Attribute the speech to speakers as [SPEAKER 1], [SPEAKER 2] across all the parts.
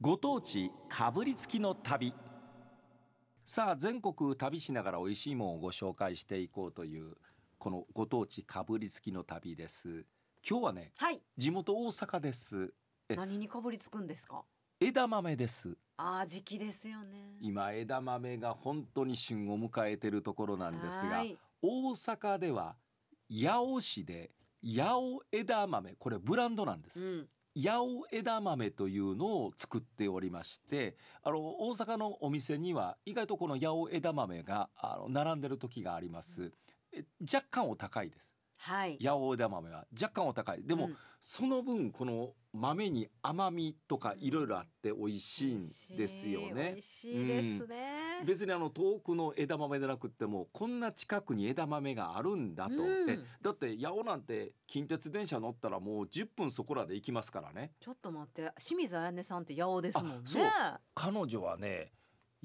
[SPEAKER 1] ご当地かぶりつきの旅さあ全国旅しながら美味しいもんをご紹介していこうというこのご当地かぶりつきの旅です今日はね
[SPEAKER 2] はい。
[SPEAKER 1] 地元大阪ですえ
[SPEAKER 2] 何にかぶりつくんですか。
[SPEAKER 1] 枝豆です
[SPEAKER 2] ああ、時期ですよね。
[SPEAKER 1] 今枝豆が本当に旬を迎えてるところなんです
[SPEAKER 2] は
[SPEAKER 1] が
[SPEAKER 2] い
[SPEAKER 1] 大阪では八尾市で八尾枝豆これブランドなんです
[SPEAKER 2] うん。
[SPEAKER 1] 八尾枝豆というのを作っておりましてあの大阪のお店には意外とこの八尾枝豆があの並んでる時があります、え若干お高いです
[SPEAKER 2] はい。
[SPEAKER 1] 八尾枝豆は若干お高いでも、
[SPEAKER 2] うん
[SPEAKER 1] その分この豆に甘みとかいろいろあって美味しいんですよ
[SPEAKER 2] 美
[SPEAKER 1] ね
[SPEAKER 2] 味しいですね。
[SPEAKER 1] 別にあの遠くの枝豆じゃなくってもこんな近くに枝豆があるんだと、
[SPEAKER 2] うん
[SPEAKER 1] えだって八尾なんて近鉄電車乗ったらもう10分そこらで行きますからね
[SPEAKER 2] ちょっと待って、清水彩音さんって八尾ですもんね。
[SPEAKER 1] あそう彼女はね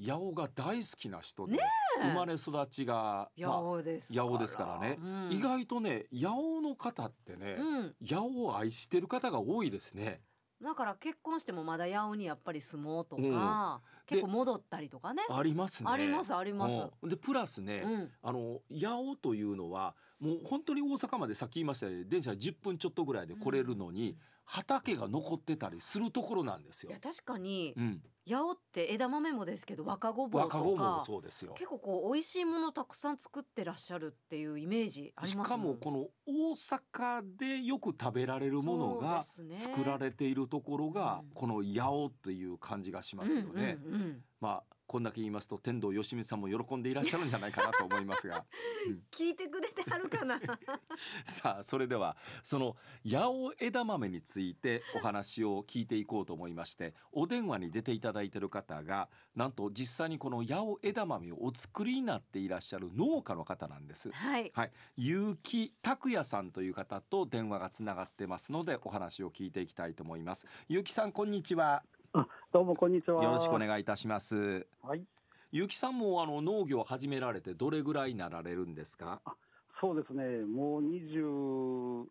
[SPEAKER 1] 八尾が大好きな人で、
[SPEAKER 2] ねえ
[SPEAKER 1] 生まれ育ちが、
[SPEAKER 2] 八
[SPEAKER 1] ま
[SPEAKER 2] 尾です。
[SPEAKER 1] 八尾ですからね
[SPEAKER 2] う
[SPEAKER 1] あ、
[SPEAKER 2] ん
[SPEAKER 1] 意外とね八尾の方ってね、
[SPEAKER 2] うん。
[SPEAKER 1] 八尾を愛してる方が多いですね。
[SPEAKER 2] だから結婚してもまだ八尾にやっぱり住もうと
[SPEAKER 1] うん
[SPEAKER 2] か、結構戻ったりとかね。
[SPEAKER 1] ありますね。
[SPEAKER 2] ありますあります。
[SPEAKER 1] うんでプラスね、
[SPEAKER 2] うん。
[SPEAKER 1] あの八尾というのはもう本当に大阪までさっき言いましたように電車10分ちょっとぐらいで来れるのに、畑が残ってたりするところなんです
[SPEAKER 2] い
[SPEAKER 1] よ
[SPEAKER 2] や。確かに
[SPEAKER 1] うん、
[SPEAKER 2] 八尾って枝豆もですけど若ごぼう
[SPEAKER 1] 若ご
[SPEAKER 2] と
[SPEAKER 1] ぼうも
[SPEAKER 2] か
[SPEAKER 1] そうですよ。
[SPEAKER 2] 結構こう美味しいものたくさん作ってらっしゃるっていうイメージあり
[SPEAKER 1] し
[SPEAKER 2] ます
[SPEAKER 1] かもこの大阪でよく食べられるものが
[SPEAKER 2] そうですね
[SPEAKER 1] 作られているところが
[SPEAKER 2] うん
[SPEAKER 1] この八尾という感じがしますよね。
[SPEAKER 2] うんうんうん
[SPEAKER 1] まあこんだけ言いますと天童よしみさんも喜んでいらっしゃるんじゃないかなと思いますが
[SPEAKER 2] 聞いてくれてはるかな。
[SPEAKER 1] さあそれではその八尾枝豆についてお話を聞いていこうと思いましてお電話に出ていただいている方がなんと実際にこの八尾枝豆をお作りになっていらっしゃる農家の方なんです。
[SPEAKER 2] はい。
[SPEAKER 1] はい、結城拓也さんという方と電話がつながってますのでお話を聞いていきたいと思います結城さんこんにちは
[SPEAKER 3] どうもこんにちは。
[SPEAKER 1] よろしくお
[SPEAKER 3] い。
[SPEAKER 1] 願いいたします
[SPEAKER 3] はい。
[SPEAKER 1] 結城さんもあの農業を始められてどれぐらいになられるんですか
[SPEAKER 3] そうですね。もう23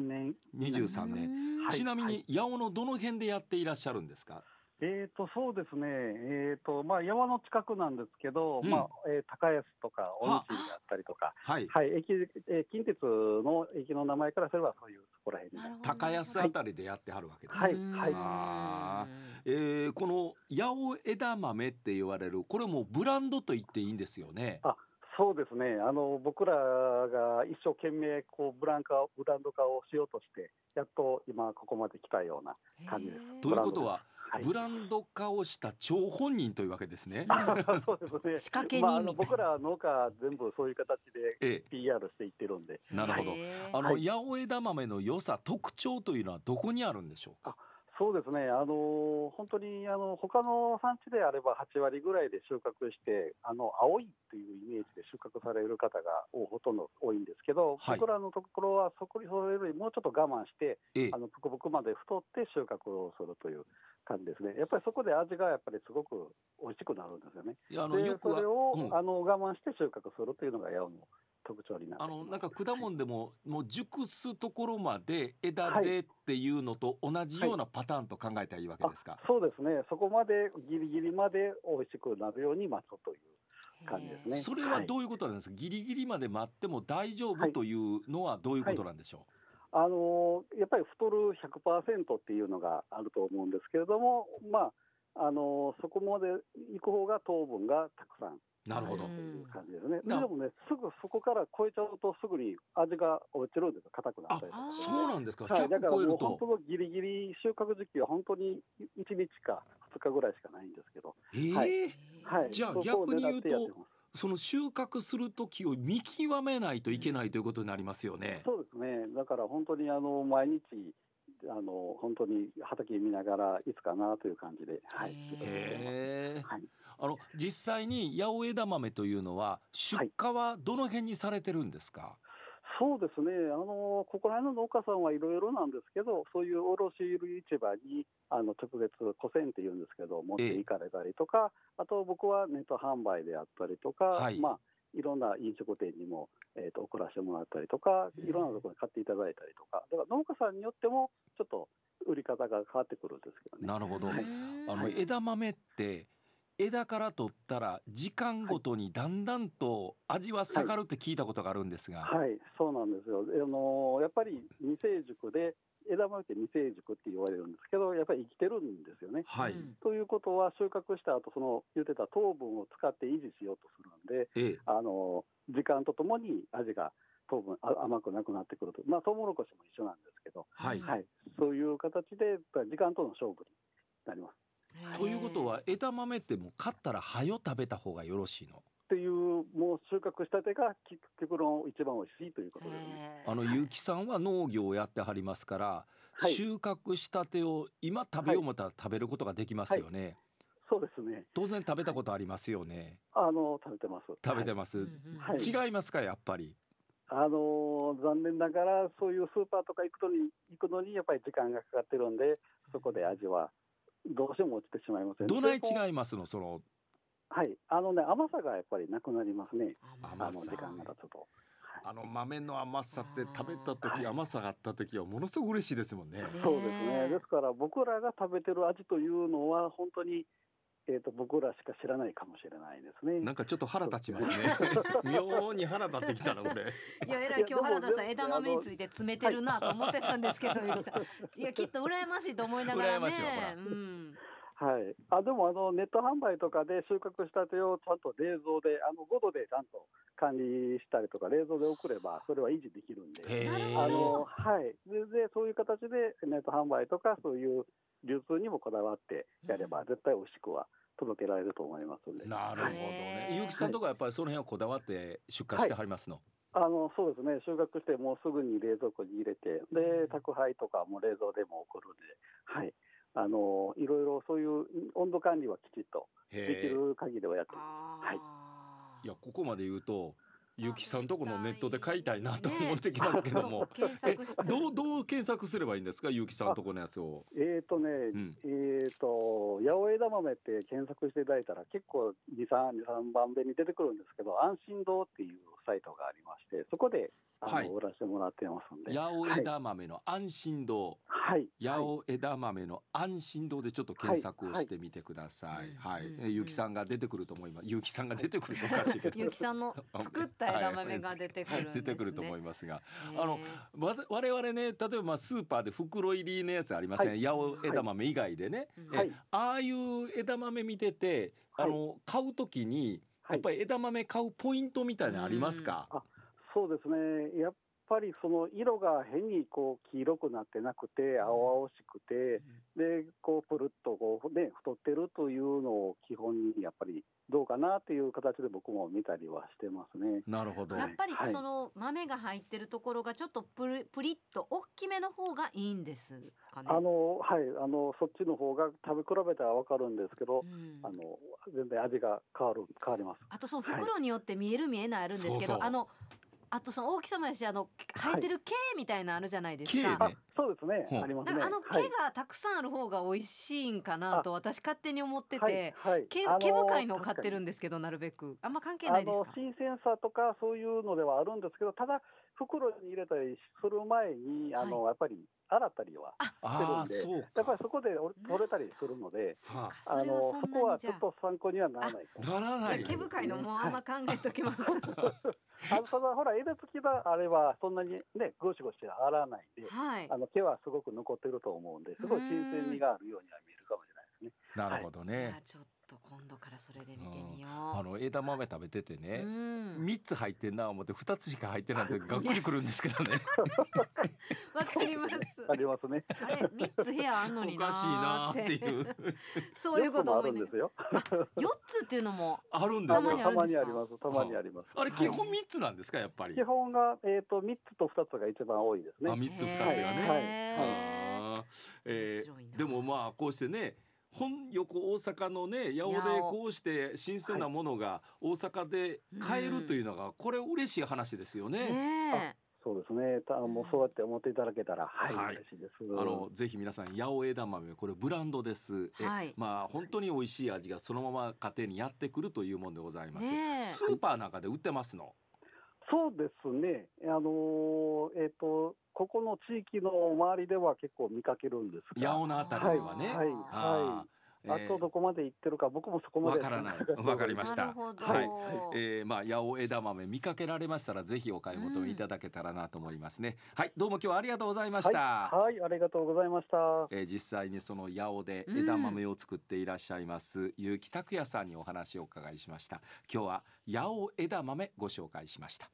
[SPEAKER 3] 年。
[SPEAKER 1] 23
[SPEAKER 2] う
[SPEAKER 1] 年
[SPEAKER 2] ん
[SPEAKER 3] はい
[SPEAKER 1] ちなみに八尾のどの辺でやっていらっしゃるんですか
[SPEAKER 3] えっ、とそうですね。えっ、とまあ山の近くなんですけど、
[SPEAKER 1] うん
[SPEAKER 3] まあ、えー高安とか大西だったりとか、
[SPEAKER 1] はい
[SPEAKER 3] はい。駅、えー近鉄の駅の名前からすればそういうそこら辺に
[SPEAKER 2] な
[SPEAKER 3] な
[SPEAKER 2] る
[SPEAKER 3] り
[SPEAKER 2] ほど
[SPEAKER 1] 高安あたりでやってはるわけですね、
[SPEAKER 3] はい
[SPEAKER 2] うん
[SPEAKER 3] はい
[SPEAKER 1] あえーこの八尾枝豆って言われるこれもうブランドと言っていいんですよね
[SPEAKER 3] あそうですね。あの僕らが一生懸命こうブランカブランド化をしようとして、やっと今ここまで来たような。感じです
[SPEAKER 2] へー
[SPEAKER 1] ということは
[SPEAKER 3] はい。
[SPEAKER 1] ブランド化をした張本人というわけですね。
[SPEAKER 3] そうですね。
[SPEAKER 2] 仕掛け人
[SPEAKER 3] まああの
[SPEAKER 2] みたいな
[SPEAKER 3] 僕らは農家全部そういう形で
[SPEAKER 1] え
[SPEAKER 3] PR していってるんで。
[SPEAKER 1] なるほど
[SPEAKER 2] へー
[SPEAKER 1] え、あの、
[SPEAKER 3] はい
[SPEAKER 1] 八尾枝豆の良さ特徴というのはどこにあるんでしょうか。
[SPEAKER 3] そうですね、あの本当にあの他の産地であれば8割ぐらいで収穫して、あの青いというイメージで収穫される方がおほとんど多いんですけど、
[SPEAKER 1] はい
[SPEAKER 3] 僕らのところはそこそれよりもうちょっと我慢して、
[SPEAKER 1] ええ
[SPEAKER 3] あのぷくぷくまで太って収穫をするという感じですね、やっぱりそこで味がやっぱりすごく美味しくなるんですよね。
[SPEAKER 1] いやあの
[SPEAKER 3] で
[SPEAKER 1] よく
[SPEAKER 3] そ
[SPEAKER 1] は
[SPEAKER 3] れを、
[SPEAKER 1] うん
[SPEAKER 3] あの我慢して収穫するというのが八尾の特徴になって
[SPEAKER 1] あ
[SPEAKER 3] います
[SPEAKER 1] のなんか果物でももう熟すところまで枝でっていうのと同じようなパターンと考えたらいいわけですか。
[SPEAKER 3] そうですね、そこまでギリギリまで美味しくなるように待つという感じですね。
[SPEAKER 1] それはいどういうことなんですか。ギリギリまで待っても大丈
[SPEAKER 3] は
[SPEAKER 1] 夫
[SPEAKER 3] い
[SPEAKER 1] というのはどういうことなんでしょ
[SPEAKER 3] あのやっぱり太る100%っていうのがあると思うんですけれども、まああのそこまで行く方が糖分がたくさん
[SPEAKER 1] う。なるほど
[SPEAKER 2] う。ん
[SPEAKER 3] という感じですね。
[SPEAKER 1] な
[SPEAKER 3] でもね、すぐそこから超えちゃうとすぐに味が落ちるんですよ、硬くなったりとか
[SPEAKER 2] あー
[SPEAKER 1] そうなんですか。
[SPEAKER 3] はい、だ
[SPEAKER 1] 100
[SPEAKER 3] か
[SPEAKER 1] 超
[SPEAKER 3] ら
[SPEAKER 1] え
[SPEAKER 3] もう
[SPEAKER 1] る
[SPEAKER 3] 本
[SPEAKER 1] と
[SPEAKER 3] 当。のギリギリ収穫時期は本当に1日か2日ぐらいしかないんですけど、
[SPEAKER 1] え
[SPEAKER 3] は
[SPEAKER 1] え
[SPEAKER 3] はい、
[SPEAKER 1] じゃあ
[SPEAKER 3] そこを
[SPEAKER 1] 逆に言う
[SPEAKER 3] 狙ってやって
[SPEAKER 1] と
[SPEAKER 3] ます
[SPEAKER 1] その収穫する時を見極めないといけないということになりますよね。
[SPEAKER 3] そうですね、だから本当にあの毎日あの、本当に畑見ながらいつかなという感じで、はい、
[SPEAKER 2] へ
[SPEAKER 1] へえ
[SPEAKER 3] はい
[SPEAKER 1] あの実際に八尾枝豆というのは出荷はどの辺にされてるんですか。
[SPEAKER 3] そうですねあの、ここら辺の農家さんはいろいろなんですけど、そういう卸売市場にあの直接、古銭っていうんですけど、持っていかれたりとか、あと僕はネット販売であったりとか、
[SPEAKER 1] はい
[SPEAKER 3] まあ、いろんな飲食店にも、えー、と送らせてもらったりとか、いろんなところで買っていただいたりとか、だから農家さんによっても、ちょっと売り方が変わってくるんですけどね。
[SPEAKER 1] なるほど。
[SPEAKER 2] ー
[SPEAKER 3] は
[SPEAKER 2] う
[SPEAKER 1] あの
[SPEAKER 2] はい
[SPEAKER 1] 枝豆って枝から取ったら時間ごとにだんだんと味は下がるって聞いたことがあるんですが、
[SPEAKER 3] はい、そうなんですよ。あのやっぱり未成熟で枝豆って未成熟って言われるんですけど、やっぱり生きてるんですよね。
[SPEAKER 1] はい、
[SPEAKER 2] うん
[SPEAKER 3] ということは収穫した後その言ってた糖分を使って維持しようとするんで、
[SPEAKER 1] ええ、
[SPEAKER 3] あの時間とともに味が糖分あ甘くなくなってくると、まあトウモロコシも一緒なんですけど、
[SPEAKER 1] はい。
[SPEAKER 2] うん
[SPEAKER 3] はい、そういう形でやっぱり時間との勝負になります。
[SPEAKER 1] ということは枝豆ってもう買ったら早よ食べた方がよろしいの。
[SPEAKER 3] っていうもう収穫したてが結局の一番美味しいということですね。
[SPEAKER 2] へー
[SPEAKER 1] あの
[SPEAKER 2] はい
[SPEAKER 1] 結城さんは農業をやってはりますから、
[SPEAKER 3] はい、
[SPEAKER 1] 収穫したてを今食べよう思ったら食べることができますよね。
[SPEAKER 3] そうですね。
[SPEAKER 1] 当然食べたことありますよね。
[SPEAKER 3] あの食べてます。
[SPEAKER 1] 食べて
[SPEAKER 3] はい
[SPEAKER 1] ます。
[SPEAKER 2] うんうん
[SPEAKER 3] はい
[SPEAKER 1] 違いますかやっぱり。
[SPEAKER 3] あのー残念ながらそういうスーパーとか行くのに行くのにやっぱり時間がかかってるんでそこで味はどうしても落ちてしまいますよね。
[SPEAKER 1] どない
[SPEAKER 3] でこう
[SPEAKER 1] 違いますのその
[SPEAKER 3] はい、あのね甘さがやっぱりなくなりますね。
[SPEAKER 1] 甘
[SPEAKER 3] あ
[SPEAKER 1] さ
[SPEAKER 3] の
[SPEAKER 1] ね
[SPEAKER 3] 時間が経つと。
[SPEAKER 1] あの豆の甘さって食べた
[SPEAKER 3] あ
[SPEAKER 1] 時
[SPEAKER 3] ー
[SPEAKER 1] 甘さがあった時はものすごく嬉しいですもんね。
[SPEAKER 2] ね
[SPEAKER 3] そうですね。ですから僕らが食べてる味というのは本当にえっ、と僕らしか知らないかもしれないですね。
[SPEAKER 1] なんかちょっと腹立ちますね。 妙に腹立ってきたなこれ。
[SPEAKER 2] いやえら
[SPEAKER 3] い
[SPEAKER 2] い
[SPEAKER 3] や
[SPEAKER 2] 今日原田さん
[SPEAKER 3] でも
[SPEAKER 2] 枝豆について詰めてるなと思ってたんですけど、ゆきさん。いやきっと羨ましいと思いながら
[SPEAKER 1] 羨ま
[SPEAKER 2] ね
[SPEAKER 1] しいわほら。
[SPEAKER 2] うん。
[SPEAKER 3] はい。あでもあのネット販売とかで収穫したてをちゃんと冷蔵であの5度でちゃんと管理したりとか冷蔵で送ればそれは維持できるんで。
[SPEAKER 1] へ
[SPEAKER 2] なるほ
[SPEAKER 3] あ
[SPEAKER 2] ど
[SPEAKER 3] のはい、ででそういう形でネット販売とかそういう流通にもこだわってやれば絶対美味しくは届けられると思いますんで、
[SPEAKER 1] なるほどね。
[SPEAKER 2] へー
[SPEAKER 1] 結城さんとかやっぱりその辺はこだわって出荷してはりますの。
[SPEAKER 3] あのそうですね収穫してもうすぐに冷蔵庫に入れてで宅配とかも冷蔵でも送るんで、はい、あのいろいろそういう温度管理はきちっとでき
[SPEAKER 1] へえ。
[SPEAKER 3] る限りはやってます。
[SPEAKER 2] あ
[SPEAKER 3] はい
[SPEAKER 1] いやここまで言うと結城さんとこのネットで買いたいなと思ってきますけども。
[SPEAKER 2] 検
[SPEAKER 1] え
[SPEAKER 2] 索して。
[SPEAKER 1] どうどう検索すればいいんですか結城さんとこのやつを。
[SPEAKER 3] えーとね、
[SPEAKER 1] うん
[SPEAKER 3] えーと、八百枝豆って検索していただいたら、結構2、3、3番目に出てくるんですけど、安心堂っていうサイトがありまして、そこであの、
[SPEAKER 1] はい
[SPEAKER 3] 売らせてもらってますんで、
[SPEAKER 1] 八百枝豆の安心堂。
[SPEAKER 3] はい、
[SPEAKER 1] 八百枝豆の安心堂でちょっと検索をしてみてください。は
[SPEAKER 2] はい
[SPEAKER 1] い
[SPEAKER 2] うん、
[SPEAKER 1] え、ゆきさんが出てくると思います。ゆきさんが出てくるとおかしいけど。
[SPEAKER 2] ゆきさ んの作った枝豆が出てくるんです
[SPEAKER 1] 出
[SPEAKER 2] ね。
[SPEAKER 1] てくると思いますが、
[SPEAKER 2] へー
[SPEAKER 1] あのわ我々ね、例えばまあスーパーで袋入りのやつありません。
[SPEAKER 3] は
[SPEAKER 1] 八百枝豆以外でね、
[SPEAKER 2] うん
[SPEAKER 1] え
[SPEAKER 3] はい
[SPEAKER 1] ああいう枝豆見てて、あの買うときに、
[SPEAKER 3] は
[SPEAKER 1] やっ
[SPEAKER 3] い
[SPEAKER 1] ぱ、り枝豆買うポイントみたいなのありますか。
[SPEAKER 3] そうですね、やっぱりその色が変にこう黄色くなってなくて、青々しくて、でこうぷるっとこう、ね、太ってるというのを基本にやっぱりどうかなっていう形で僕も見たりはしてますね。
[SPEAKER 1] なるほど
[SPEAKER 2] やっ。ぱり
[SPEAKER 3] はい
[SPEAKER 2] その豆が入ってるところがちょっとプリプリッと大きめの方がいいんですかね。
[SPEAKER 3] あのはい、あのそっちの方が食べ比べたらわかるんですけど
[SPEAKER 2] う、ん
[SPEAKER 3] あの全然味が変わる変わります。
[SPEAKER 2] あとその袋によって見える見えないあるんですけど、
[SPEAKER 1] そうそう
[SPEAKER 2] あのあとその大きさもやしあの入ってる毛みたいなのあるじゃないですか。
[SPEAKER 1] 毛ね
[SPEAKER 3] あ、そうです
[SPEAKER 1] ほう
[SPEAKER 3] ね。ありま
[SPEAKER 2] な
[SPEAKER 3] すね。
[SPEAKER 2] んかあの毛
[SPEAKER 3] はい
[SPEAKER 2] がたくさんある方が美味しいんかなと私勝手に思ってて、
[SPEAKER 3] はいはい
[SPEAKER 2] 毛
[SPEAKER 3] あの
[SPEAKER 2] 毛深いのを買っ
[SPEAKER 3] 確か
[SPEAKER 2] て
[SPEAKER 3] に
[SPEAKER 2] るんですけどなるべくあんま関係ないですか
[SPEAKER 3] あの。新鮮さとかそういうのではあるんですけど、ただ袋に入れたりする前にあの、やっぱり洗ったりは、
[SPEAKER 1] ああ、
[SPEAKER 3] して
[SPEAKER 1] そう
[SPEAKER 3] やっぱ
[SPEAKER 1] か
[SPEAKER 3] り。そこで折取れたりするので、
[SPEAKER 2] そうか
[SPEAKER 3] あ
[SPEAKER 2] それは
[SPEAKER 3] の
[SPEAKER 2] そ
[SPEAKER 3] そ
[SPEAKER 2] ん
[SPEAKER 3] こ
[SPEAKER 2] な
[SPEAKER 3] は
[SPEAKER 2] に
[SPEAKER 3] ち
[SPEAKER 2] じ
[SPEAKER 3] ょ
[SPEAKER 2] ゃ
[SPEAKER 3] っ
[SPEAKER 2] あ。
[SPEAKER 3] と参考にはならないか
[SPEAKER 1] なら
[SPEAKER 3] も。
[SPEAKER 2] じ
[SPEAKER 1] な
[SPEAKER 2] ゃあ
[SPEAKER 1] いよ。
[SPEAKER 2] 毛深いのもあんま考えときます。
[SPEAKER 3] あのただほら枝付きがあればそんなにねゴシゴシ洗わないんで。
[SPEAKER 2] はい
[SPEAKER 3] あ。の毛はすごく残ってると思うんで、すごい新鮮味があるようには見えるかもしれないですね。
[SPEAKER 1] なるほど
[SPEAKER 2] じ
[SPEAKER 1] ね
[SPEAKER 2] ゃあ。ちょっと今度からそれで見てみよう。
[SPEAKER 1] あの枝豆食べてて
[SPEAKER 2] う
[SPEAKER 1] ね、
[SPEAKER 2] ん、
[SPEAKER 1] 三つ入ってんな思って二つしか入ってないとがっくりくるんですけど ね。
[SPEAKER 2] わかり ます。
[SPEAKER 3] ありますね。
[SPEAKER 2] あれ三つ部屋あんのに
[SPEAKER 1] お
[SPEAKER 2] な
[SPEAKER 1] かしいな
[SPEAKER 2] ー
[SPEAKER 1] あ
[SPEAKER 2] っ。
[SPEAKER 1] ってていう。
[SPEAKER 2] そういうこと
[SPEAKER 3] もあ
[SPEAKER 2] 思
[SPEAKER 3] る
[SPEAKER 2] い
[SPEAKER 3] ん
[SPEAKER 2] な
[SPEAKER 3] で
[SPEAKER 2] が
[SPEAKER 3] すよ。
[SPEAKER 2] ら四つっていうのも
[SPEAKER 1] あるんで
[SPEAKER 3] た
[SPEAKER 1] す
[SPEAKER 2] たま
[SPEAKER 3] ま
[SPEAKER 2] に
[SPEAKER 1] か。
[SPEAKER 2] あるんですか
[SPEAKER 3] にあります。たまにあります。
[SPEAKER 1] あれ基本三つなんですかやっぱり。
[SPEAKER 3] 基
[SPEAKER 1] あ
[SPEAKER 3] 本がえっ、と三つと二つが一番多いですね。
[SPEAKER 1] 三つ二つがね。
[SPEAKER 3] がはい
[SPEAKER 2] へー
[SPEAKER 1] あーえ
[SPEAKER 2] 面白い
[SPEAKER 1] ー、
[SPEAKER 2] な
[SPEAKER 1] でもまあこうしてね。本横大阪のね八
[SPEAKER 2] 八
[SPEAKER 1] 百で
[SPEAKER 2] 百
[SPEAKER 1] こうして新鮮なものが大阪で買えるというのがこれ嬉しい話ですよね。
[SPEAKER 2] ね
[SPEAKER 3] そうですね。たもうそうやって思っていただけたら、はい、
[SPEAKER 1] はい
[SPEAKER 3] 嬉しいです。
[SPEAKER 1] あのぜひ皆さん八百枝豆これブランドです、え
[SPEAKER 2] はい
[SPEAKER 1] まあ本当に美味しい味がそのまま家庭にやってくるというもんでございます、
[SPEAKER 2] ねえ
[SPEAKER 1] スーパーなんかで売ってますの
[SPEAKER 3] そうですね。あのーえっ、とここの地域の周りでは結構見かけるんです
[SPEAKER 1] 八
[SPEAKER 3] が、
[SPEAKER 1] 百のあたりはね、
[SPEAKER 3] はいはい
[SPEAKER 1] あえー
[SPEAKER 3] あとどこまで行ってるか、僕もそこまで
[SPEAKER 1] わからない
[SPEAKER 3] そう
[SPEAKER 1] わかりました
[SPEAKER 2] なるほど。
[SPEAKER 1] はい
[SPEAKER 2] い
[SPEAKER 1] えーまあ八尾枝豆見かけられましたらぜひお買い求めいただけたらなと思いますね、はいどうも今日はありがとうございました、
[SPEAKER 3] はい、ありがとうございました。
[SPEAKER 1] えー実際にその八尾で
[SPEAKER 2] うん
[SPEAKER 1] 枝豆を作っていらっしゃいます結城拓也さんにお話をお伺いしました今日は八尾枝豆ご紹介しました